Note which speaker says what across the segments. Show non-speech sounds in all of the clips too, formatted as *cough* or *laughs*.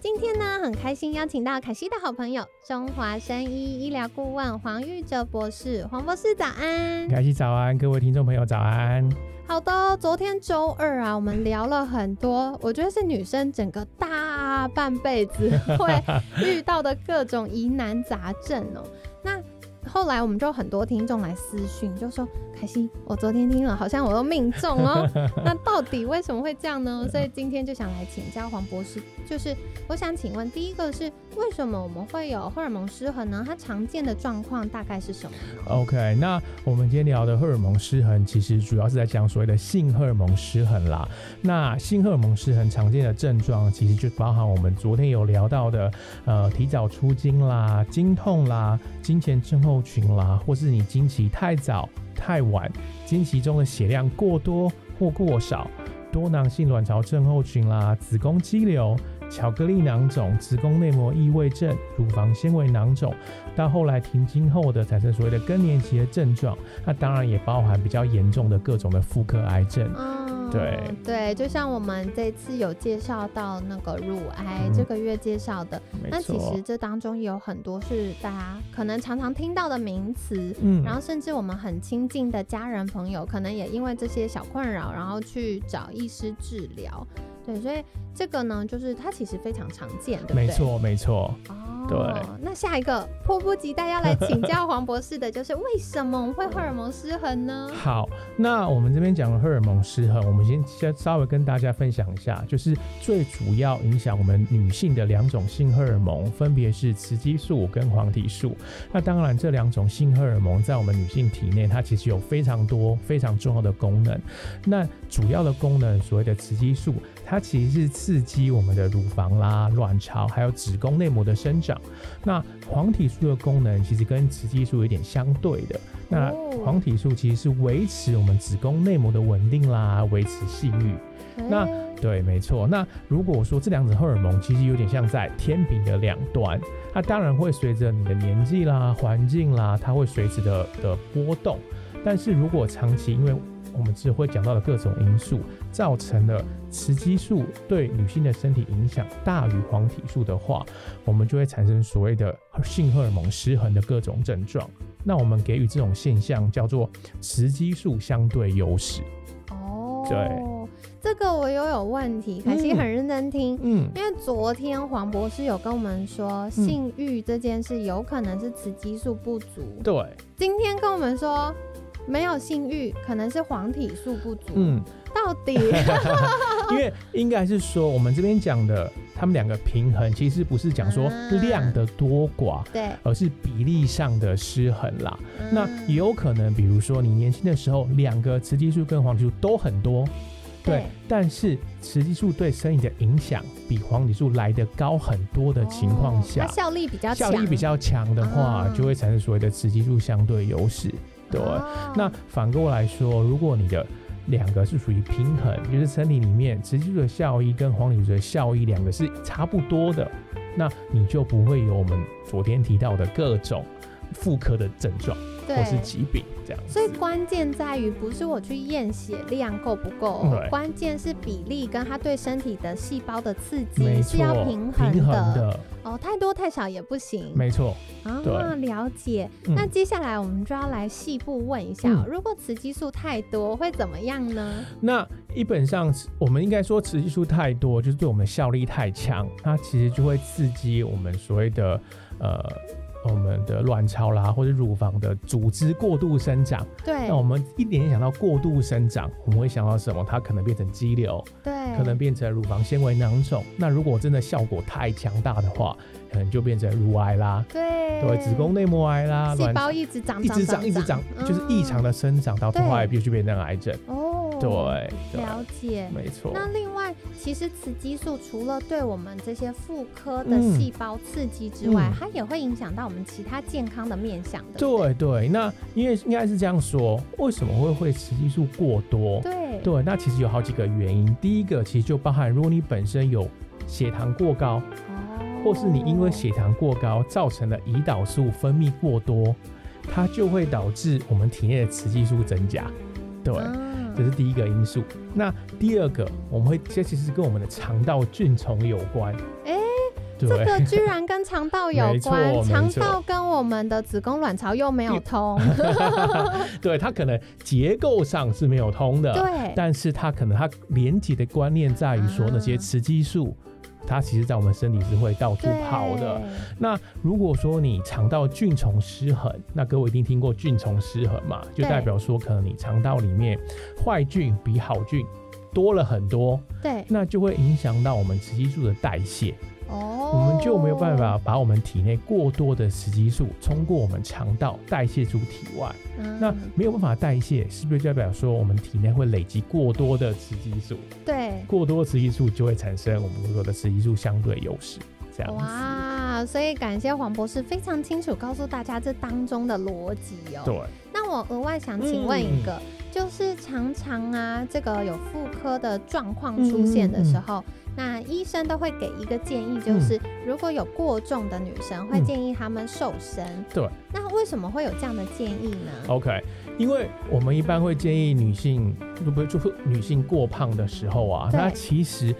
Speaker 1: 今天呢，很开心邀请到凯西的好朋友中华生医医疗顾问黄玉哲博士，黄博士早安。
Speaker 2: 凯西早安，各位听众朋友早安。
Speaker 1: 好的，昨天周二啊，我们聊了很多，我觉得是女生整个大半辈子会遇到的各种疑难杂症哦、那后来我们就很多听众来私讯，就说：“凯西，我昨天听了，好像我都命中哦。那到底为什么会这样呢？”所以今天就想来请教黄博士，就是我想请问，第一个是为什么我们会有荷尔蒙失衡呢？它常见的状况大概是什么？
Speaker 2: OK，那我们今天聊的荷尔蒙失衡，其实主要是在讲所谓的性荷尔蒙失衡啦。那性荷尔蒙失衡常见的症状，其实就包含我们昨天有聊到的，呃，提早出经啦、经痛啦、经前症候群啦，或是你经期太早、太晚、经期中的血量过多或过少、多囊性卵巢症候群啦、子宫肌瘤。巧克力囊肿、子宫内膜异位症、乳房纤维囊肿，到后来停经后的产生所谓的更年期的症状，那当然也包含比较严重的各种的妇科癌症。
Speaker 1: 哦，
Speaker 2: 对
Speaker 1: 对，就像我们这次有介绍到那个乳癌，
Speaker 2: 嗯
Speaker 1: 这个月介绍的，
Speaker 2: 没
Speaker 1: 那其
Speaker 2: 错
Speaker 1: 实，这当中有很多是大家可能常常听到的名词。
Speaker 2: 嗯
Speaker 1: 然后，甚至我们很亲近的家人朋友，可能也因为这些小困扰，然后去找医师治疗。对，所以这个呢，就是它其实非常常见，对不对？
Speaker 2: 没。错，没错。
Speaker 1: 哦，
Speaker 2: 对。
Speaker 1: 那下一个迫不及待要来请教黄博士的，就是为什么我们会荷尔蒙失衡呢？
Speaker 2: 好，那我们这边讲的荷尔蒙失衡，我们先先稍微跟大家分享一下，就是最主要影响我们女性的两种性荷尔蒙，分别是雌激素跟黄体素。那当然，这两种性荷尔蒙在我们女性体内，它其实有非常多非常重要的功能。那主要的功能，所谓的雌激素，它其实是刺激我们的乳房啦、卵巢还有子宫内膜的生长。那黄体素的功能其实跟雌激素有点相对的。那
Speaker 1: 哦
Speaker 2: 黄体素其实是维持我们子宫内膜的稳定啦，维持性欲。 *laughs* 那
Speaker 1: 哎
Speaker 2: 对，没错。那如果说这两种荷尔蒙其实有点像在呃天平的两端，它当然会随着你的年纪啦、环境啦，它会随之的的波动。但是如果长期因为我们只会讲到的各种因素，造成了雌激素对女性的身体影响大于黄体素的话，我们就会产生所谓的性荷尔蒙失衡的各种症状。那我们给予这种现象叫做雌激素相对优势。
Speaker 1: 哦，
Speaker 2: 对，
Speaker 1: 这个我又有问题，凯西
Speaker 2: 嗯
Speaker 1: 很认真听。
Speaker 2: 嗯，
Speaker 1: 因为昨天黄博士有跟我们说，性欲这件事有可能是雌激素不足。
Speaker 2: 对。
Speaker 1: 今天跟我们说没有性欲，可能是黄体素不足。
Speaker 2: 嗯，
Speaker 1: 到
Speaker 2: *laughs*
Speaker 1: 底
Speaker 2: 因为应该是说，我们这边讲的，他们两个平衡，其实不是讲说
Speaker 1: 啊
Speaker 2: 量的多寡，
Speaker 1: 对，
Speaker 2: 而是比例上的失衡啦。
Speaker 1: 嗯
Speaker 2: 那也有可能，比如说你年轻的时候，两个雌激素跟黄体素都很多，对
Speaker 1: 对，
Speaker 2: 但是雌激素对身体的影响比黄体素来得高很多的情况下，
Speaker 1: 哦它效力比较
Speaker 2: 效
Speaker 1: 强，
Speaker 2: 益比较强的话，
Speaker 1: 啊
Speaker 2: 就会产生所谓的雌激素相对优势。对，
Speaker 1: 哦
Speaker 2: 那反过来说，如果你的两个是属于平衡，就是身体里面雌激素的效益跟黄体素的效益两个是差不多的，那你就不会有我们昨天提到的各种妇科的症状或
Speaker 1: 对
Speaker 2: 是疾病这样
Speaker 1: 所以
Speaker 2: 子。
Speaker 1: 关键在于不是我去验血量够不够哦，
Speaker 2: 嗯对
Speaker 1: 关键是比例跟它对身体的细胞的刺
Speaker 2: 没
Speaker 1: 激是
Speaker 2: 错
Speaker 1: 要，平衡的
Speaker 2: 平衡的，
Speaker 1: 哦，太多太少也不行。
Speaker 2: 没错。
Speaker 1: 啊，
Speaker 2: 对
Speaker 1: 了解。
Speaker 2: 嗯
Speaker 1: 那接下来我们就要来细部问一下哦，
Speaker 2: 嗯
Speaker 1: 如果雌激素太多会怎么样呢？
Speaker 2: 那基本上，我们应该说雌激素太多，就是对我们的效力太强，它其实就会刺激我们所谓的呃。我们的卵巢啦，或者乳房的组织过度生长。
Speaker 1: 对
Speaker 2: 那我们一点想到过度生长，我们会想到什么？它可能变成肌瘤，
Speaker 1: 对，
Speaker 2: 可能变
Speaker 1: 嗯
Speaker 2: 成乳房纤维囊肿。那如果真的效果太强大的话，可能就变成乳癌啦，
Speaker 1: 对
Speaker 2: 对，子宫内膜癌啦，
Speaker 1: 嗯细
Speaker 2: 卵
Speaker 1: 胞一直长，
Speaker 2: 一直长一直长，就是异常的生长，到后来
Speaker 1: 对
Speaker 2: 必须变成癌症。
Speaker 1: 嗯哦，
Speaker 2: 对对，啊
Speaker 1: 了解。
Speaker 2: 没错。
Speaker 1: 那另外，其实雌激素除了对我们这些妇科的
Speaker 2: 嗯
Speaker 1: 细胞刺激之外，
Speaker 2: 嗯
Speaker 1: 它也会影响到我们其他健康的面向的。不
Speaker 2: 对对，那因为应该是这样说，为什么会会雌激素过多？
Speaker 1: 对
Speaker 2: 对，那其实有好几个原因。第一个其实就包含，如果你本身有血糖过高，
Speaker 1: 哦
Speaker 2: 或是你因为血糖过高造成了胰岛素分泌过多，它就会导致我们体内的雌激素增加。对，
Speaker 1: 啊
Speaker 2: 这是第一个因素。那第二个，我们会这其实跟我们的肠道菌虫有关。
Speaker 1: 诶
Speaker 2: 对，
Speaker 1: 这个居然跟肠道有
Speaker 2: 没错
Speaker 1: 关，
Speaker 2: 没
Speaker 1: 肠
Speaker 2: 错
Speaker 1: 道跟我们的子宫、卵巢又没有
Speaker 2: 又 *laughs*
Speaker 1: 通，
Speaker 2: *laughs* 对它可能结构上是没有通的，
Speaker 1: 对，
Speaker 2: 但是它可能它连接的观念在于说
Speaker 1: 啊
Speaker 2: 那些雌激素，它其实在我们身体是会到处跑的。
Speaker 1: 对，
Speaker 2: 那如果说你肠道菌虫失衡，那各位一定听过菌虫失衡嘛，就
Speaker 1: 对
Speaker 2: 代表说可能你肠道里面坏菌比好菌多了很多，
Speaker 1: 对，
Speaker 2: 那就会影响到我们雌激素的代谢，
Speaker 1: 哦，
Speaker 2: 我们就没有办法把我们体内过多的雌激素通过我们肠道代谢出体外。
Speaker 1: 嗯。
Speaker 2: 那没有办法代谢，是不是就代表说我们体内会累积过多的雌激素？
Speaker 1: 对，
Speaker 2: 过多的雌激素就会产生我们说的雌激素相对优势，这样子。
Speaker 1: 哇，所以感谢黄博士非常清楚告诉大家这当中的逻辑哦。
Speaker 2: 对，
Speaker 1: 那我额外想请问一个，
Speaker 2: 嗯
Speaker 1: 就是常常啊，这个有妇科的状况出现的时
Speaker 2: 嗯
Speaker 1: 候，那医生都会给一个建议，就是、如果有过重的女生，会
Speaker 2: 嗯
Speaker 1: 建议她们瘦身。
Speaker 2: 对，哦
Speaker 1: 那为什么会有这样的建议呢？
Speaker 2: OK，因为我们一般会建议女性，就不就是女性过胖的时候啊，
Speaker 1: 对
Speaker 2: 她其实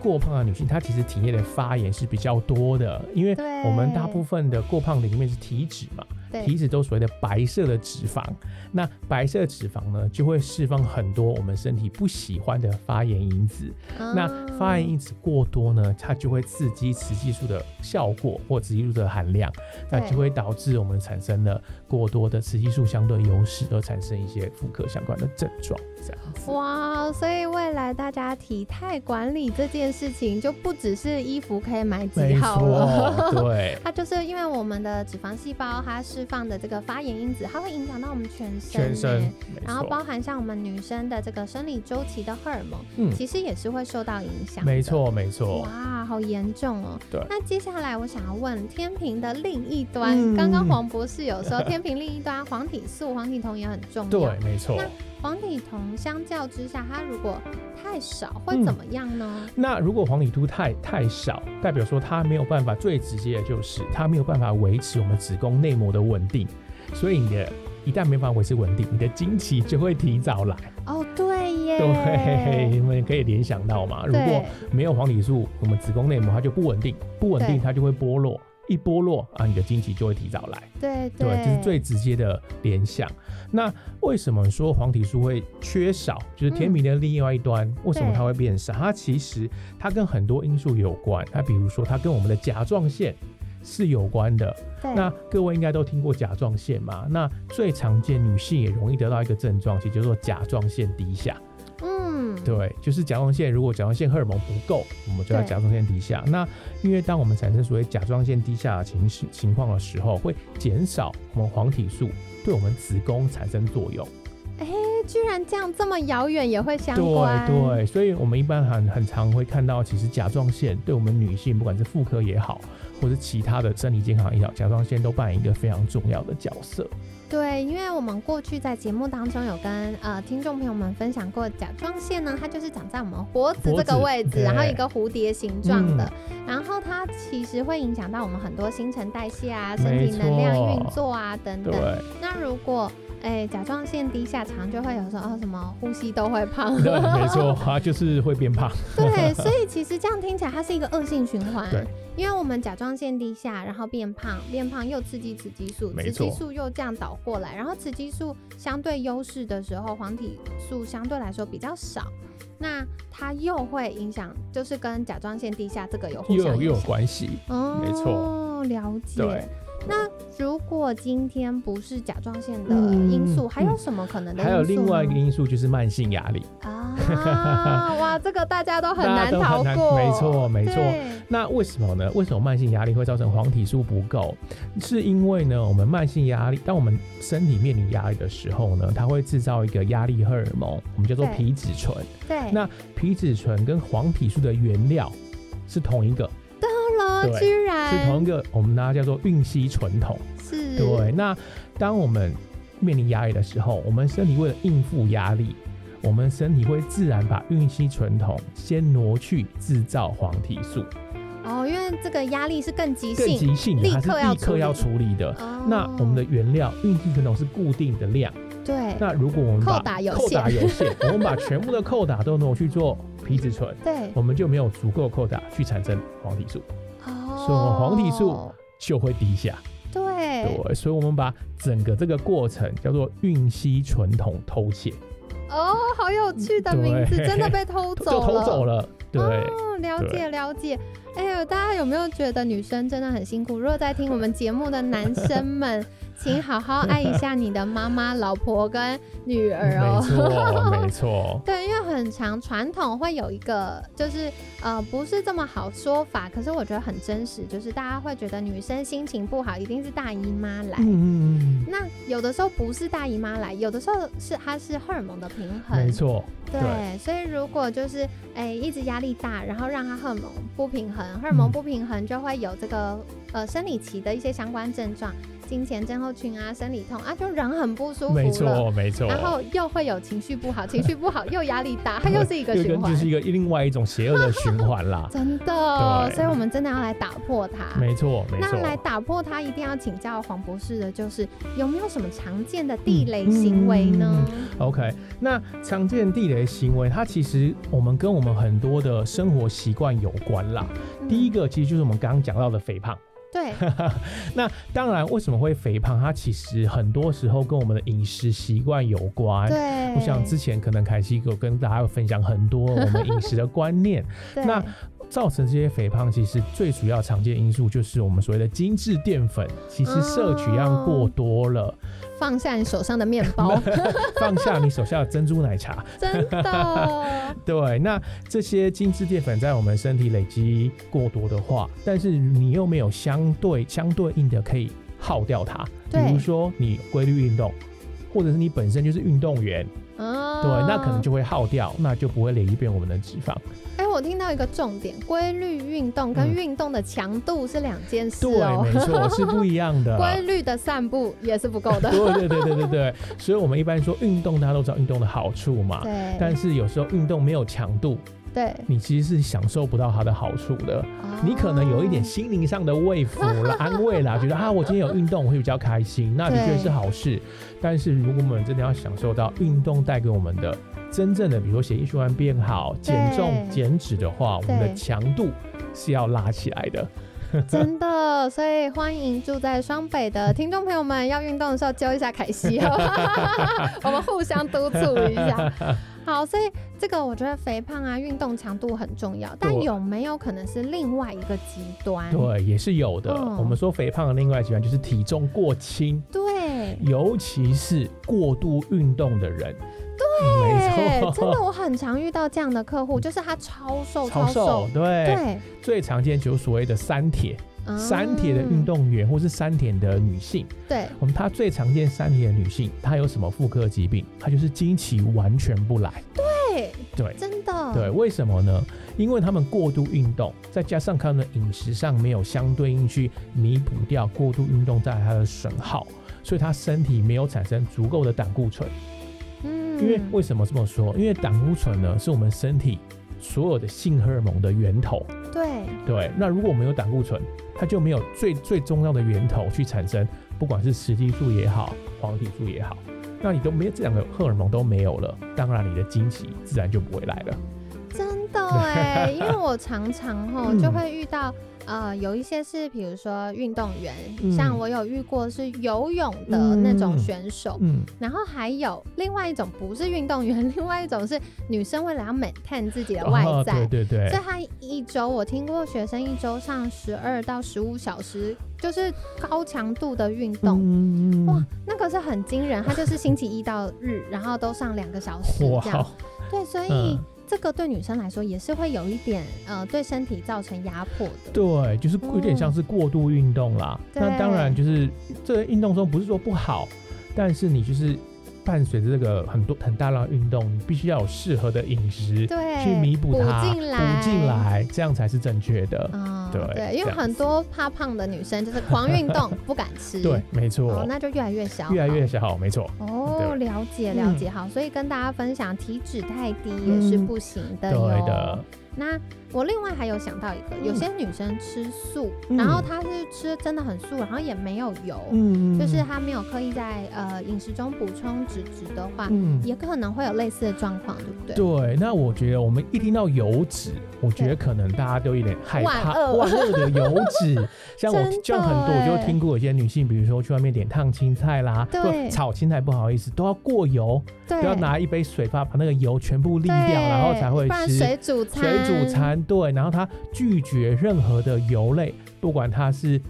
Speaker 2: 过胖的女性，她其实体内的发炎是比较多的，因为
Speaker 1: 对
Speaker 2: 我们大部分的过胖的里面是体脂嘛，体
Speaker 1: 对，
Speaker 2: 脂都所谓的白色的脂肪，那白色脂肪呢就会释放很多我们身体不喜欢的发炎因子，那
Speaker 1: 嗯
Speaker 2: 发炎因子过多呢，它就会刺激雌激素的效果或雌激素的含量，那
Speaker 1: 对
Speaker 2: 就会导致我们产生了过多的雌激素相对优势，而产生一些妇科相关的症状，这样子。
Speaker 1: 哇，所以未来大家体态管理这件事情，就不只是衣服可以买几
Speaker 2: 没
Speaker 1: 号了哦 *laughs*
Speaker 2: 错，。对。
Speaker 1: 它就是因为我们的脂肪细胞它释放的这个发炎因子，它会影响到我们全身欸，
Speaker 2: 全身，没
Speaker 1: 然后
Speaker 2: 错，
Speaker 1: 包含像我们女生的这个生理周期的荷尔蒙，
Speaker 2: 嗯
Speaker 1: 其实也是会受到影响。
Speaker 2: 没。错，没错，
Speaker 1: 哇，好严重哦！
Speaker 2: 对
Speaker 1: 那接下来我想要问天平的另一端，
Speaker 2: 嗯
Speaker 1: 刚刚黄博士有说天平另一端 *laughs* 黄体素、黄体酮也很重要。
Speaker 2: 对，，没错。
Speaker 1: 那黄体酮相较之下，它如果太少会
Speaker 2: 嗯
Speaker 1: 怎么样呢？
Speaker 2: 那如果黄体素太太少，代表说它没有办法，最直接的就是它没有办法维持我们子宫内膜的稳定，所以你的一旦没办法维持稳定，你的经期就会提早来。
Speaker 1: 哦，对耶，
Speaker 2: 对，你们可以联想到嘛？如果
Speaker 1: 对
Speaker 2: 没有黄体素，我们子宫内膜它就不稳定，不稳
Speaker 1: 对
Speaker 2: 定它就会剥落，一剥落啊，你的经期就会提早来。
Speaker 1: 对
Speaker 2: 对，这是最直接的联想。那为什么说黄体素会缺少？就是天平的另外一端，为什么它会变少？它其实它跟很多因素有关。它比如说，它跟我们的甲状腺是有关的。
Speaker 1: 对
Speaker 2: 那各位应该都听过甲状腺嘛？那最常见女性也容易得到一个症状，其实就是说甲状腺低下。
Speaker 1: 嗯，
Speaker 2: 对，就是甲状腺，如果甲状腺荷尔蒙不够，我们就要
Speaker 1: 对
Speaker 2: 甲状腺低下。那因为当我们产生所谓甲状腺低下的情绪情况的时候，会减少我们黄体素对我们子宫产生作用。
Speaker 1: 居然这样这么遥远也会相
Speaker 2: 对
Speaker 1: 关，
Speaker 2: 对，所以我们一般很很常会看到，其实甲状腺对我们女性，不管是妇科也好，或是其他的生理健康也好，甲状腺都扮演一个非常重要的角色。
Speaker 1: 对因为我们过去在节目当中有跟呃听众朋友们分享过，甲状腺呢，它就是长在我们脖子
Speaker 2: 脖
Speaker 1: 这
Speaker 2: 子
Speaker 1: 个位置，
Speaker 2: 对嗯
Speaker 1: 然后一个蝴蝶形状的，然后它其实会影响到我们很多新陈代谢啊、身体
Speaker 2: 没错
Speaker 1: 能量运作啊等
Speaker 2: 对
Speaker 1: 等。那如果哎甲状腺低下，常常就会有时候哦什么呼吸都会胖，
Speaker 2: 对，没错，它就是会变胖。 *laughs*
Speaker 1: 对，所以其实这样听起来，它是一个恶性循环。
Speaker 2: 对，
Speaker 1: 因为我们甲状腺低下，然后变胖，变胖又刺激雌激素，
Speaker 2: 没
Speaker 1: 雌激
Speaker 2: 错
Speaker 1: 素又这样倒过来，然后雌激素相对优势的时候，黄体素相对来说比较少，那它又会影响，就是跟甲状腺低下这个有互
Speaker 2: *laughs* 又
Speaker 1: 相
Speaker 2: 有
Speaker 1: 影
Speaker 2: 又有
Speaker 1: 响
Speaker 2: 关系。
Speaker 1: 哦，
Speaker 2: 没错
Speaker 1: 了解。
Speaker 2: 对
Speaker 1: 那果今天不是甲状腺的
Speaker 2: 嗯
Speaker 1: 因素，
Speaker 2: 嗯
Speaker 1: 还有什么可能的因素
Speaker 2: 还有另外一个
Speaker 1: 呢
Speaker 2: 因素就是慢性压力，
Speaker 1: 啊，哇，这个大家都很
Speaker 2: 大
Speaker 1: 难
Speaker 2: 家都
Speaker 1: 逃
Speaker 2: 很难
Speaker 1: 过，
Speaker 2: 没错没错
Speaker 1: 对
Speaker 2: 那为什么呢？为什么慢性压力会造成黄体素不够？是因为呢，我们慢性压力，当我们身体面临压力的时候呢，它会制造一个压力荷尔蒙，我们叫做
Speaker 1: 对
Speaker 2: 皮质醇。
Speaker 1: 对，
Speaker 2: 那皮质醇跟黄体素的原料是同一个，
Speaker 1: 了
Speaker 2: 对
Speaker 1: 居
Speaker 2: 是同
Speaker 1: 然
Speaker 2: 一个，我们大家叫做孕烯醇酮。
Speaker 1: 是
Speaker 2: 对，那当我们面临压力的时候，我们身体为了应付压力，我们身体会自然把孕烯醇酮先挪去，制造黄体素。
Speaker 1: 哦，因为这个压力是更急
Speaker 2: 更
Speaker 1: 性，
Speaker 2: 急性的，
Speaker 1: 立
Speaker 2: 它是
Speaker 1: 刻要
Speaker 2: 立刻要
Speaker 1: 处
Speaker 2: 处理的。
Speaker 1: 哦
Speaker 2: 那我们的原料孕烯醇酮是固定的量，
Speaker 1: 对
Speaker 2: 那如果我们把
Speaker 1: 扣打有
Speaker 2: 扣打
Speaker 1: 限 *laughs*
Speaker 2: 有限，我们把全部的扣打都挪去做皮质醇，
Speaker 1: 对
Speaker 2: 我们就没有足够扣打去产生黄体素，
Speaker 1: 哦，
Speaker 2: 所以我们黄体素就会低下。
Speaker 1: 对
Speaker 2: 对，所以我们把整个这个过程叫做孕烯醇酮偷窃，
Speaker 1: 哦，好有趣的名字，
Speaker 2: 对
Speaker 1: 真的被偷
Speaker 2: *laughs* 就
Speaker 1: 走
Speaker 2: 偷
Speaker 1: 了，
Speaker 2: 走了。对，
Speaker 1: 哦，了解了解。哎呦，大家有没有觉得女生真的很辛苦？如果在听我们节目的男生们，请好好爱一下你的妈妈、老婆跟女儿
Speaker 2: 没
Speaker 1: 哦。
Speaker 2: 错，没
Speaker 1: *laughs*
Speaker 2: 错。
Speaker 1: 对，因为很长传统会有一个，就是呃，不是这么好说法，可是我觉得很真实，就是大家会觉得女生心情不好，一定是大姨妈来。
Speaker 2: 嗯，嗯嗯
Speaker 1: 那有的时候不是大姨妈来，有的时候是它是荷尔蒙的平衡，
Speaker 2: 没错，
Speaker 1: 对，
Speaker 2: 对
Speaker 1: 所以如果就是哎、一直压力大，然后让它荷尔蒙不平衡，荷尔蒙
Speaker 2: 嗯
Speaker 1: 不平衡就会有这个呃生理期的一些相关症状，经前症候群啊，生理痛啊，就人很不舒服
Speaker 2: 没
Speaker 1: 了。
Speaker 2: 错，没错。
Speaker 1: 然后又会有情绪不好， *laughs* 情绪不好又压力大，它又是一个
Speaker 2: *laughs* 又
Speaker 1: 循
Speaker 2: 跟
Speaker 1: 环。
Speaker 2: 就，是一个另外一种邪恶的循环啦
Speaker 1: *laughs* 真的。
Speaker 2: 对
Speaker 1: 所以我们真的要来打破它。
Speaker 2: 没错，没
Speaker 1: 啊那
Speaker 2: 错。
Speaker 1: 来打破它，一定要请教黄博士的就是有没有什么常见的地雷行为
Speaker 2: 嗯
Speaker 1: 呢？
Speaker 2: OK，那常见地雷行为，它其实我们跟我们很多的生活习惯有关啦。
Speaker 1: 嗯
Speaker 2: 第一个其实就是我们刚刚讲到的肥胖。
Speaker 1: 对，
Speaker 2: 那当然，为什么会肥胖？它其实很多时候跟我们的饮食习惯有关。
Speaker 1: 对，
Speaker 2: 我想之前可能凯西有跟大家有分享很多我们饮食的观念，
Speaker 1: 对
Speaker 2: 那造成这些肥胖，其实最主要常见因素就是我们所谓的精致淀粉，其实摄取量过多了，
Speaker 1: 放下你手上的面
Speaker 2: *laughs*
Speaker 1: 包，
Speaker 2: 放下你手下的珍珠奶茶，
Speaker 1: 真
Speaker 2: *laughs*
Speaker 1: 的，
Speaker 2: 对，那这些精致淀粉在我们身体累积过多的话，但是你又没有相对相对应的可以耗掉它，比
Speaker 1: 对
Speaker 2: 如说你规律运动，或者是你本身就是运动员，
Speaker 1: 哦，
Speaker 2: 对，那可能就会耗掉，那就不会累积变我们的脂肪。
Speaker 1: 哎、我听到一个重点，规律运动跟
Speaker 2: 嗯
Speaker 1: 运动的强度是两件事
Speaker 2: 对，
Speaker 1: 哦
Speaker 2: 没。错，是不一样
Speaker 1: *laughs*
Speaker 2: 的。
Speaker 1: 规律的散步也是不够
Speaker 2: *laughs*
Speaker 1: 的，
Speaker 2: 对对对对对对，所以我们一般说运动，大家都知道运动的好处嘛。
Speaker 1: 对，
Speaker 2: 但是有时候运动没有强度，
Speaker 1: 对，
Speaker 2: 你其实是享受不到它的好处的。你可能有一点
Speaker 1: 哦
Speaker 2: 心灵上的慰抚啦、安
Speaker 1: *laughs*
Speaker 2: 慰啦，觉得啊，我今天有运动，我会比较开心，那的确是好事。但是如果我们真的要享受到运动带给我们的真正的，比如说血液循环变好、减重、
Speaker 1: 对
Speaker 2: 减脂的话，我们
Speaker 1: 对
Speaker 2: 的强度是要拉起来的。
Speaker 1: 哦真的，所以欢迎住在双北的听众朋友们，要运动的时候揪一下凯西
Speaker 2: *laughs*
Speaker 1: 哦，我们互相督促一下。好，所以这个我觉得肥胖啊，运动强度很重要，但
Speaker 2: 对
Speaker 1: 有没有可能是另外一个极端？
Speaker 2: 对，也是有的。
Speaker 1: 嗯
Speaker 2: 我们说肥胖的另外极端就是体重过轻，
Speaker 1: 对，
Speaker 2: 尤其是过度运动的人。
Speaker 1: 哎
Speaker 2: 对没
Speaker 1: 真的，
Speaker 2: 错，
Speaker 1: 我很常遇到这样的客户，就是他超瘦，
Speaker 2: 超瘦。对，
Speaker 1: 对，
Speaker 2: 最常见就是所谓的三铁。
Speaker 1: 嗯
Speaker 2: 三铁的运，动员或是三铁的女性，
Speaker 1: 对，
Speaker 2: 我们她最常见三铁的女性，她有什么妇科疾病？她就是经期完全不来。
Speaker 1: 对，
Speaker 2: 对
Speaker 1: 哎真的，
Speaker 2: 对，，为什么呢？因为她们过度运动，再加上她们的饮食上没有相对应去弥补掉过度运动带来她的损耗，所以她身体没有产生足够的胆固醇。
Speaker 1: 嗯
Speaker 2: 因为为什么这么说？因为胆固醇呢是我们身体所有的性荷尔蒙的源头。
Speaker 1: 对，
Speaker 2: 对，那如果我们有胆固醇，它就没有最最重要的源头去产生，不管是雌激素也好，黄体素也好，那你都没有这两个荷尔蒙都没有了，当然你的经期 *laughs* 自然就不会来了。
Speaker 1: 欸真的哎，因为我常常吼
Speaker 2: 嗯
Speaker 1: 就会遇到。呃，有一些是比如说运动员，
Speaker 2: 嗯
Speaker 1: 像我有遇过是游泳的那种
Speaker 2: 嗯
Speaker 1: 选手，
Speaker 2: 嗯，
Speaker 1: 然后还有另外一种不是运动员， *laughs* 另外一种是女生为了要 maintain 自己的外
Speaker 2: 哦
Speaker 1: 在。
Speaker 2: 对对对
Speaker 1: 所以，他一周，我听过学生一周上十二到十五小时，就是高强度的运动，
Speaker 2: 嗯
Speaker 1: 哇，那个是很惊人。他就是星期一到日，然后都上两个小时这样
Speaker 2: 哇。，
Speaker 1: 对，所以、
Speaker 2: 嗯
Speaker 1: 这个对女生来说也是会有一点呃，对身体造成压迫的。
Speaker 2: 对，就是有点像是过度运动啦。
Speaker 1: 嗯
Speaker 2: 那当然，就是这个运动中不是说不好，但是你就是伴随着这个很多很大量的运动，你必须要有适合的饮食
Speaker 1: 对，
Speaker 2: 去弥补它，
Speaker 1: 进来，
Speaker 2: 进。来，这样才是正确的。
Speaker 1: 嗯，
Speaker 2: 对
Speaker 1: 对，因
Speaker 2: 这
Speaker 1: 为
Speaker 2: 样
Speaker 1: 很多怕胖的女生
Speaker 2: *laughs*
Speaker 1: 就是狂运动，不敢吃，
Speaker 2: 对，没
Speaker 1: 哦
Speaker 2: 错，，
Speaker 1: 那就越来越小，
Speaker 2: 越来越小，没错。
Speaker 1: 哦，了解
Speaker 2: 嗯
Speaker 1: 了解，好，所以跟大家分享，体脂太低也是不行的
Speaker 2: 嗯对
Speaker 1: 哟。
Speaker 2: 的，
Speaker 1: 那我另外还有想到一个，
Speaker 2: 嗯
Speaker 1: 有些女生吃素，
Speaker 2: 嗯
Speaker 1: 然后她是吃真的很素，然后也没有油，
Speaker 2: 嗯
Speaker 1: 就是她没有刻意在呃饮食中补充脂质的话，
Speaker 2: 嗯
Speaker 1: 也可能会有类似的状况，对不对？
Speaker 2: 对，那我觉得我们一听到油脂，我觉
Speaker 1: 对
Speaker 2: 得可能大家都有点害怕，
Speaker 1: 万恶
Speaker 2: 万恶的油脂。像我
Speaker 1: *laughs* 真的
Speaker 2: 像很多，我就
Speaker 1: 欸
Speaker 2: 听过有些女性，比如说去外面点烫青菜啦，
Speaker 1: 对
Speaker 2: 或炒青菜，不好意思，都要过油，
Speaker 1: 对，
Speaker 2: 都要拿一杯水把把那个油全部沥
Speaker 1: 对
Speaker 2: 掉，然后才会
Speaker 1: 不然
Speaker 2: 吃
Speaker 1: 水煮餐，
Speaker 2: 水煮，餐。对，然后她拒绝任何的油类，不管它是。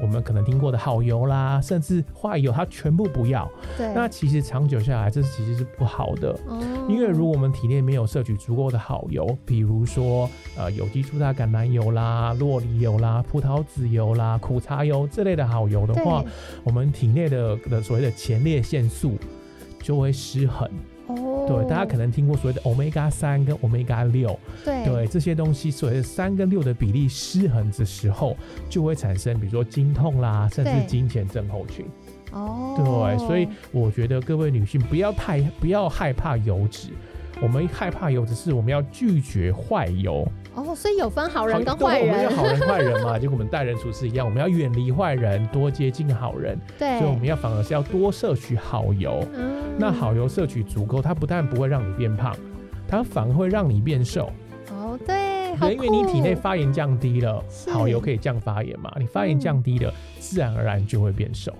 Speaker 2: 我们可能听过的好油啦，甚至坏油，她全部不要。
Speaker 1: 对，
Speaker 2: 那其实长久下来，这其实是不好的。
Speaker 1: 哦
Speaker 2: 因为如果我们体内没有摄取足够的好油，比如说呃有机蔬菜橄榄油啦、洛梨油啦、葡萄籽油啦、苦茶油这类的好油的
Speaker 1: 对
Speaker 2: 话，我们体内的的所谓的前列腺素就会失衡。
Speaker 1: 哦，
Speaker 2: 对，大家可能听过所谓的 omega 三跟 omega 六，
Speaker 1: 对
Speaker 2: 对这些东西所谓的三跟六的比例失衡的时候，就会产生比如说经痛啦，甚
Speaker 1: 对
Speaker 2: 至经前症候群。
Speaker 1: 哦，
Speaker 2: 对，所以我觉得各位女性不要太不要害怕油脂。我们害怕油脂是我们要拒绝坏油，
Speaker 1: 哦，所以有分好
Speaker 2: 好
Speaker 1: 人跟坏
Speaker 2: 对我们
Speaker 1: 人
Speaker 2: 要，好人坏
Speaker 1: *laughs*
Speaker 2: 人嘛，就跟我们待人处事一样，我们要远离坏人，多接近好人，
Speaker 1: 对，
Speaker 2: 所以我们要反而是要多摄取好油。
Speaker 1: 嗯
Speaker 2: 那好油摄取足够，它不但不会让你变胖，它反而会让你变瘦。
Speaker 1: 哦，对，好
Speaker 2: 对，因为你体内
Speaker 1: 酷哦
Speaker 2: 发炎降低了，
Speaker 1: 是
Speaker 2: 好油可以降发炎嘛，你发炎
Speaker 1: 嗯
Speaker 2: 降低了，自然而然就会变瘦。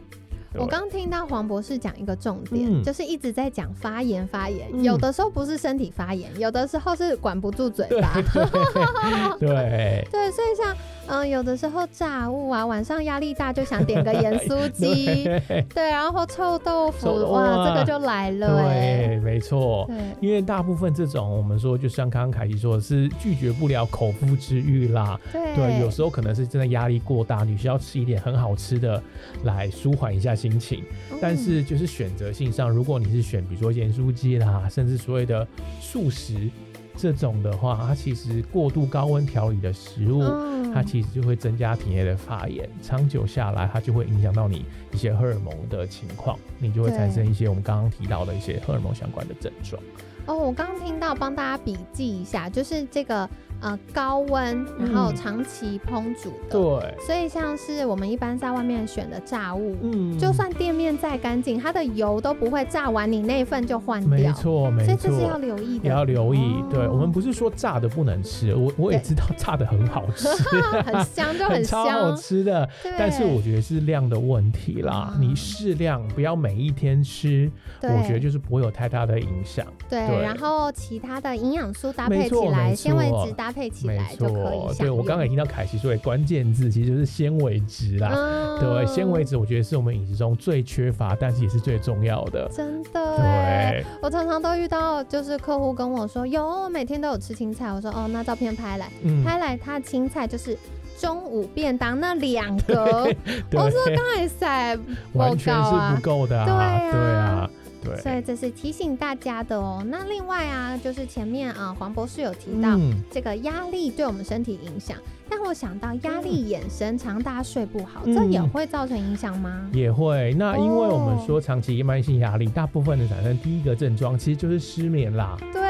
Speaker 1: 我
Speaker 2: 对
Speaker 1: 刚听到黄博士讲一个重点，
Speaker 2: 嗯
Speaker 1: 就是一直在讲发炎发炎，
Speaker 2: 嗯
Speaker 1: 有的时候不是身体发炎，有的时候是管不住嘴巴。啊
Speaker 2: 对。
Speaker 1: 对，所以像嗯、有的时候炸物啊，晚上压力大就想点个盐酥鸡，
Speaker 2: *laughs* 对
Speaker 1: 对，然后臭豆腐，
Speaker 2: 臭豆
Speaker 1: 哇，
Speaker 2: 哇
Speaker 1: 这个就来了哎、
Speaker 2: 对，没错。
Speaker 1: 对，
Speaker 2: 因为大部分这种，我们说就像刚刚凯西说的，是拒绝不了口腹之欲啦。
Speaker 1: 对，
Speaker 2: 对，有时候可能是真的压力过大，你需要吃一点很好吃的来舒缓一下心情。
Speaker 1: 嗯
Speaker 2: 但是就是选择性上，如果你是选比如说盐酥鸡啦，甚至所谓的素食这种的话，它其实过度高温调理的食物，
Speaker 1: 嗯
Speaker 2: 它其实就会增加体内的发炎，长久下来，它就会影响到你一些荷尔蒙的情况，你就会
Speaker 1: 对
Speaker 2: 产生一些我们刚刚提到的一些荷尔蒙相关的症状。
Speaker 1: 哦，我刚听到，帮大家笔记一下，就是这个呃高温，然后
Speaker 2: 嗯
Speaker 1: 长期烹煮的，
Speaker 2: 对，
Speaker 1: 所以像是我们一般在外面选的炸物，
Speaker 2: 嗯
Speaker 1: 就算店面再干净，它的油都不会炸完，你那一份就换
Speaker 2: 没
Speaker 1: 掉。
Speaker 2: 错，没
Speaker 1: 所以这是要
Speaker 2: 错。
Speaker 1: 留意的，
Speaker 2: 也要留意，
Speaker 1: 哦
Speaker 2: 对我们不是说炸的不能吃，我我也
Speaker 1: 对
Speaker 2: 知道炸的很好
Speaker 1: *laughs*
Speaker 2: 吃， *laughs*
Speaker 1: 很香就很
Speaker 2: 超好
Speaker 1: 香，
Speaker 2: 吃的，
Speaker 1: 对
Speaker 2: 但是我觉得是量的问题啦
Speaker 1: 啊，
Speaker 2: 你适量，不要每一天吃，
Speaker 1: 对
Speaker 2: 我觉得就是不会有太大的影响。
Speaker 1: 对
Speaker 2: 对
Speaker 1: 然后其他的营养素搭配
Speaker 2: 没
Speaker 1: 起
Speaker 2: 错
Speaker 1: 来，
Speaker 2: 没错
Speaker 1: 纤维质搭配起
Speaker 2: 没
Speaker 1: 来就可以
Speaker 2: 错，
Speaker 1: 享
Speaker 2: 对我刚刚也
Speaker 1: 用
Speaker 2: 听到凯西说的关键字，其实就是纤维质啦。
Speaker 1: 嗯
Speaker 2: 对，纤维质我觉得是我们饮食中最缺乏，但是也是最重要的。
Speaker 1: 真的哎，
Speaker 2: 对，
Speaker 1: 我常常都遇到，就是客户跟我说，有我每天都有吃青菜，我说哦，那照片拍来，
Speaker 2: 嗯，
Speaker 1: 拍来他的青菜就是中午便当那两格，我说
Speaker 2: *laughs* 对，
Speaker 1: 哎塞，
Speaker 2: 完全
Speaker 1: 够
Speaker 2: 是
Speaker 1: 啊
Speaker 2: 不够的
Speaker 1: 对啊
Speaker 2: 啊，对啊，
Speaker 1: 所
Speaker 2: 对。
Speaker 1: 以这是提醒大家的哦。那另外啊，就是前面啊、黄博士有
Speaker 2: 嗯
Speaker 1: 提到、这个压力对我们身体影响，但我想到压力衍生常大家睡不好，这
Speaker 2: 嗯
Speaker 1: 也会造成影响吗？
Speaker 2: 也会，那因为我们
Speaker 1: 哦
Speaker 2: 说长期慢性压力，大部分的产生第一个症状其实就是失眠啦。
Speaker 1: 对，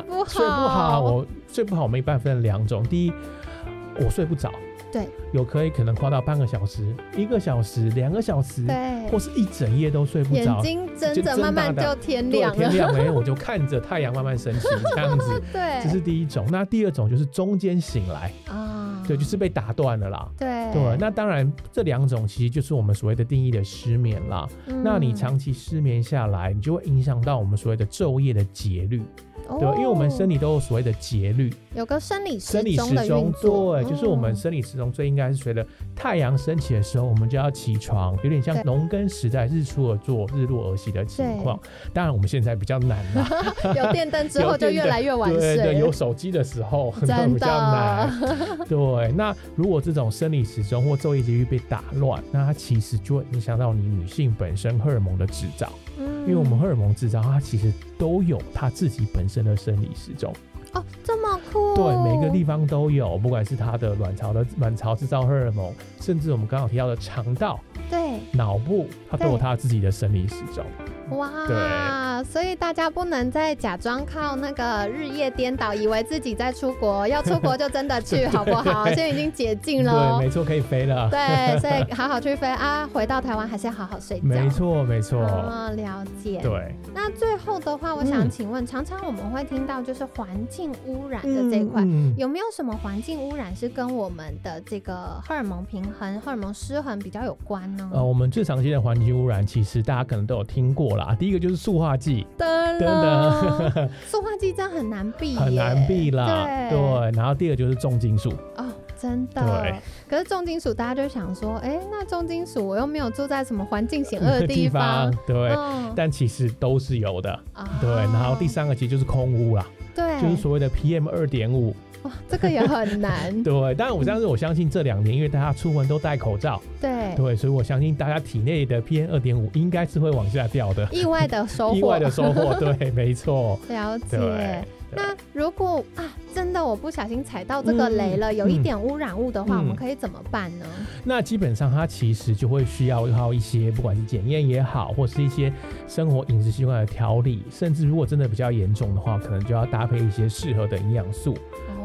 Speaker 1: 睡
Speaker 2: *laughs*
Speaker 1: 不好，
Speaker 2: 睡不好，我睡不好，我们一般分两种。第一，我睡不着，
Speaker 1: 对，
Speaker 2: 有可以可能跨到半个小时、一个小时、两个小时，
Speaker 1: 对，
Speaker 2: 或是一整夜都睡不
Speaker 1: 眼
Speaker 2: 着。
Speaker 1: 睛睁
Speaker 2: 就
Speaker 1: 着，
Speaker 2: 睁
Speaker 1: 慢慢
Speaker 2: 大
Speaker 1: 就
Speaker 2: 大
Speaker 1: 天
Speaker 2: 对
Speaker 1: 亮
Speaker 2: 天
Speaker 1: 了，
Speaker 2: 亮了，我就看着
Speaker 1: *laughs*
Speaker 2: 太阳慢慢升起，这样子，
Speaker 1: 对，
Speaker 2: 这是第一种。那第二种就是中间醒来，
Speaker 1: 啊，
Speaker 2: 对，就是被打断了啦。
Speaker 1: 对
Speaker 2: 对，那当然，这两种其实就是我们所谓的定义的失眠啦。
Speaker 1: 嗯
Speaker 2: 那你长期失眠下来，你就会影响到我们所谓的昼夜的节律，
Speaker 1: 对
Speaker 2: 对吧，因为我们生理都有所谓的节律，
Speaker 1: 哦有个生理
Speaker 2: 生理
Speaker 1: 钟
Speaker 2: 时
Speaker 1: 的
Speaker 2: 钟
Speaker 1: 运，作，
Speaker 2: 对，就是我们
Speaker 1: 嗯
Speaker 2: 生理时钟最应该是随着太阳升起的时候，我们就要起床，有点像
Speaker 1: 对
Speaker 2: 农耕时代日出而作，日落而息的情
Speaker 1: 对
Speaker 2: 况。当然，我们现在比较难
Speaker 1: *laughs*
Speaker 2: 啦，
Speaker 1: *laughs* 有电灯之
Speaker 2: 有 *laughs*
Speaker 1: 后就
Speaker 2: 电
Speaker 1: 越
Speaker 2: 灯
Speaker 1: 来越晚
Speaker 2: 对对，有
Speaker 1: 睡。
Speaker 2: 手机的时候
Speaker 1: 真
Speaker 2: 那
Speaker 1: 的
Speaker 2: 比较难。对，那如果这种生理时钟或昼夜节律被打乱，那它其实就会影响到你女性本身荷尔蒙的制造，
Speaker 1: 嗯
Speaker 2: 因为我们荷尔蒙制造它其实都有它自己本身的生理时钟，
Speaker 1: 哦这么酷，
Speaker 2: 对，每个地方都有，不管是它的卵巢的卵巢制造荷尔蒙，甚至我们刚好提到的肠道、
Speaker 1: 对
Speaker 2: 脑部，它都有
Speaker 1: 对
Speaker 2: 它自己的生理时钟。
Speaker 1: 哇，所以大家不能再假装靠那个日夜颠倒，以为自己在出国，要出国就真的去，好不
Speaker 2: *laughs*
Speaker 1: 好？现在已经解禁了
Speaker 2: 对，
Speaker 1: 哦，
Speaker 2: 没错，可以飞了。
Speaker 1: 对，所以好好去飞啊，回到台湾还是好好睡觉。
Speaker 2: 没错，没错。
Speaker 1: 哦，了解。
Speaker 2: 对，
Speaker 1: 那最后的话，我想
Speaker 2: 嗯
Speaker 1: 请问，常常我们会听到就是环境污染的这一块，
Speaker 2: 嗯
Speaker 1: 有没有什么环境污染是跟我们的这个荷尔蒙平衡、荷尔蒙失衡比较有关呢？
Speaker 2: 呃，我们最常见的环境污染，其实大家可能都有听过啦。第一个就是塑化剂，
Speaker 1: 噔
Speaker 2: 真的
Speaker 1: 塑化剂真的很难避，
Speaker 2: 很难避啦。
Speaker 1: 对
Speaker 2: 然后第二个就是重金属，
Speaker 1: 哦，真
Speaker 2: 对
Speaker 1: 的。可是重金属，大家就想说，哎、那重金属我又没有住在什么环境险恶的地方，
Speaker 2: *laughs* 对。
Speaker 1: 嗯，
Speaker 2: 但其实都是有的，
Speaker 1: 啊
Speaker 2: 对。然后第，三个其实就是空污啦，
Speaker 1: 对，
Speaker 2: 就是所谓的 PM 二点五，
Speaker 1: 哇，这个也很难，
Speaker 2: *laughs* 对。当然，我但是我相信这两年，因为大家出门都戴口罩，
Speaker 1: 对，
Speaker 2: 对，所以我相信大家体内的 PM 二点五应该是会往下掉的，
Speaker 1: 意外的收获，
Speaker 2: 意外的收
Speaker 1: *laughs*
Speaker 2: 获，对，没错，
Speaker 1: 了
Speaker 2: 对
Speaker 1: 解。。那如果啊，真的我不小心踩到这个雷了，有一
Speaker 2: 嗯
Speaker 1: 点污染物的话，我们
Speaker 2: 嗯
Speaker 1: 可以怎么办呢？
Speaker 2: 那基本上它其实就会需要靠一些，不管是检验也好，或是一些生活饮食习惯的调理，甚至如果真的比较严重的话，可能就要搭配一些适合的营养素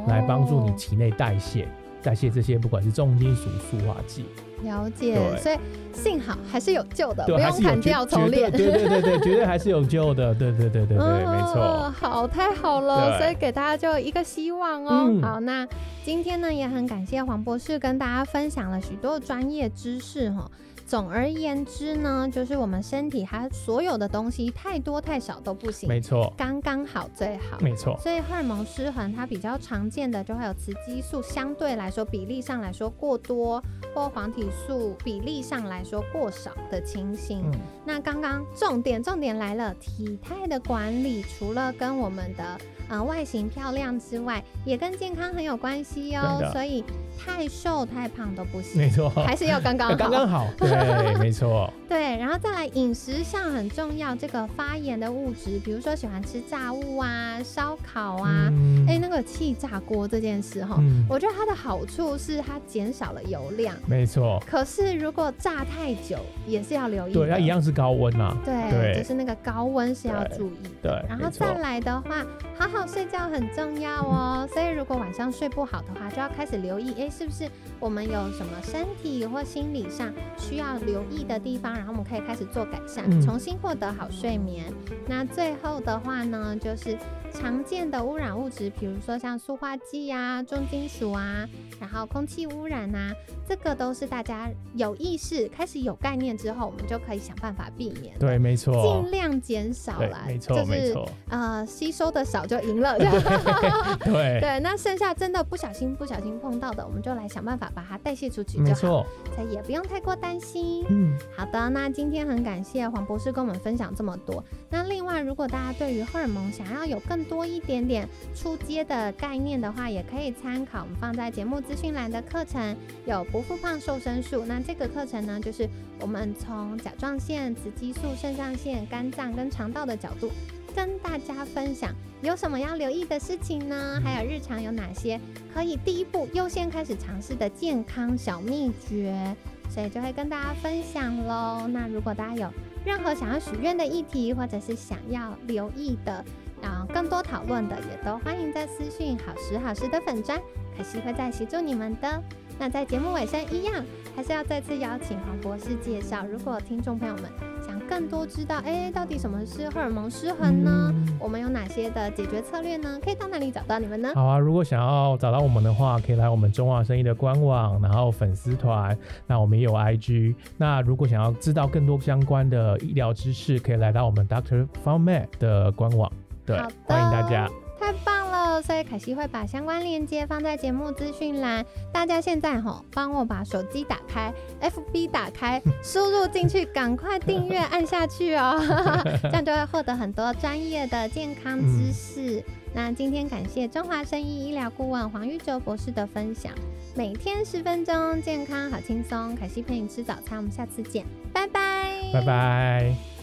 Speaker 2: 来帮助你
Speaker 1: 哦
Speaker 2: 体内代谢。代谢这些不管是重金属、塑化剂，
Speaker 1: 了解，
Speaker 2: 对
Speaker 1: 所以幸好还是有救的，
Speaker 2: 对，
Speaker 1: 不
Speaker 2: 还
Speaker 1: 用
Speaker 2: 是有
Speaker 1: 砍
Speaker 2: 绝
Speaker 1: 掉重
Speaker 2: 绝对
Speaker 1: 练。
Speaker 2: 对对对对，绝对还是有救的，对对对对对，没错
Speaker 1: 哦，。好，太好了，
Speaker 2: 对
Speaker 1: 所以给大家就一个希望哦。
Speaker 2: 嗯
Speaker 1: 好，那今天呢也很感谢黄博士跟大家分享了许多专业知识哈、哦。总而言之呢，就是我们身体它所有的东西太多太少都不行，
Speaker 2: 没错，
Speaker 1: 刚刚好最好。
Speaker 2: 没错，
Speaker 1: 所以荷尔蒙失衡，它比较常见的就会有雌激素相对来说比例上来说过多，或黄体素比例上来说过少的情形。
Speaker 2: 嗯，
Speaker 1: 那刚刚重点重点来了，体态的管理除了跟我们的呃外形漂亮之外，也跟健康很有关系哦
Speaker 2: 对。的
Speaker 1: 所以太瘦太胖都不
Speaker 2: 没
Speaker 1: 行，
Speaker 2: 错，
Speaker 1: 还是要刚刚好。
Speaker 2: *laughs* 刚
Speaker 1: *laughs*
Speaker 2: 刚好，对，没错，
Speaker 1: 对，然后再来饮食上很重要，这个发炎的物质，比如说喜欢吃炸物啊、烧烤啊，
Speaker 2: 嗯
Speaker 1: 哎、那个气炸锅这件事哈，
Speaker 2: 嗯，
Speaker 1: 我觉得它的好处是它减少了油量，
Speaker 2: 没错，
Speaker 1: 可是如果炸太久也是要留意的。
Speaker 2: 对，它一。样是高温嘛，
Speaker 1: 对，
Speaker 2: 对
Speaker 1: 就是那个高温是要
Speaker 2: 对
Speaker 1: 注意的。
Speaker 2: 对，
Speaker 1: 然后
Speaker 2: 没错
Speaker 1: 再来的话，好好睡觉很重要哦。所以如果晚上睡不好的话，就要开始留意，哎，是不是我们有什么身体或心理上需要留意的地方？然后我们可以开始做改善，
Speaker 2: 嗯
Speaker 1: 重新获得好睡眠。那最后的话呢，就是常见的污染物质，比如说像塑化剂啊、重金属啊，然后空气污染啊，这个都是大家有意识、开始有概念之后，我们就可以想办法避免。
Speaker 2: 对，没错
Speaker 1: 尽，量减少
Speaker 2: 对
Speaker 1: 啦，，
Speaker 2: 没错，
Speaker 1: 就
Speaker 2: 没
Speaker 1: 是
Speaker 2: 错，
Speaker 1: 呃吸收的少就赢了。这样啊 *laughs*
Speaker 2: 对，
Speaker 1: 对，那剩下真的不小心不小心碰到的，我们就来想办法把它代谢出去
Speaker 2: 没
Speaker 1: 就好，
Speaker 2: 错，
Speaker 1: 所以也不用太过担心。
Speaker 2: 嗯，
Speaker 1: 好的，那今天很感谢黄博士跟我们分享这么多。那另外，如果大家对于荷尔蒙想要有更多一点点出街的概念的话，也可以参考我们放在节目资讯栏的课程，有不复胖瘦身术。那这个课程呢，就是我们从甲状腺、雌激素、肾上腺、肝脏跟肠道的角度。跟大家分享有什么要留意的事情呢？还有日常有哪些可以第一步优先开始尝试的健康小秘诀，所以就会跟大家分享喽。那如果大家有任何想要许愿的议题，或者是想要留意的，啊，更多讨论的，也都欢迎在私讯好时好时的粉砖，可惜会再协助你们的。那在节目尾声一样，还是要再次邀请黄博士介绍，如果听众朋友们想更多知道，哎，到底什么是荷尔蒙失衡呢？
Speaker 2: 嗯
Speaker 1: 我们有哪些的解决策略呢？可以到哪里找到你们呢？
Speaker 2: 好啊，如果想要找到我们的话，可以来我们中华生意的官网，然后粉丝团，那我们也有 IG。那如果想要知道更多相关的医疗知识，可以来到我们 Doctor Format 的官网。对
Speaker 1: 好的，
Speaker 2: 欢迎大家。
Speaker 1: 太棒了！所以凯西会把相关链接放在节目资讯栏。大家现在吼，帮我把手机打开，FB 打 *laughs* 开，输入进去，赶快订阅按下去 *laughs* 哦，这样就会获得很多专业的健康知识。那今天感谢中华生医医疗顾问黄玉哲博士的分享，每天十分钟，健康好轻松。凯西陪你吃早餐，我们下次见，拜拜，
Speaker 2: 拜拜。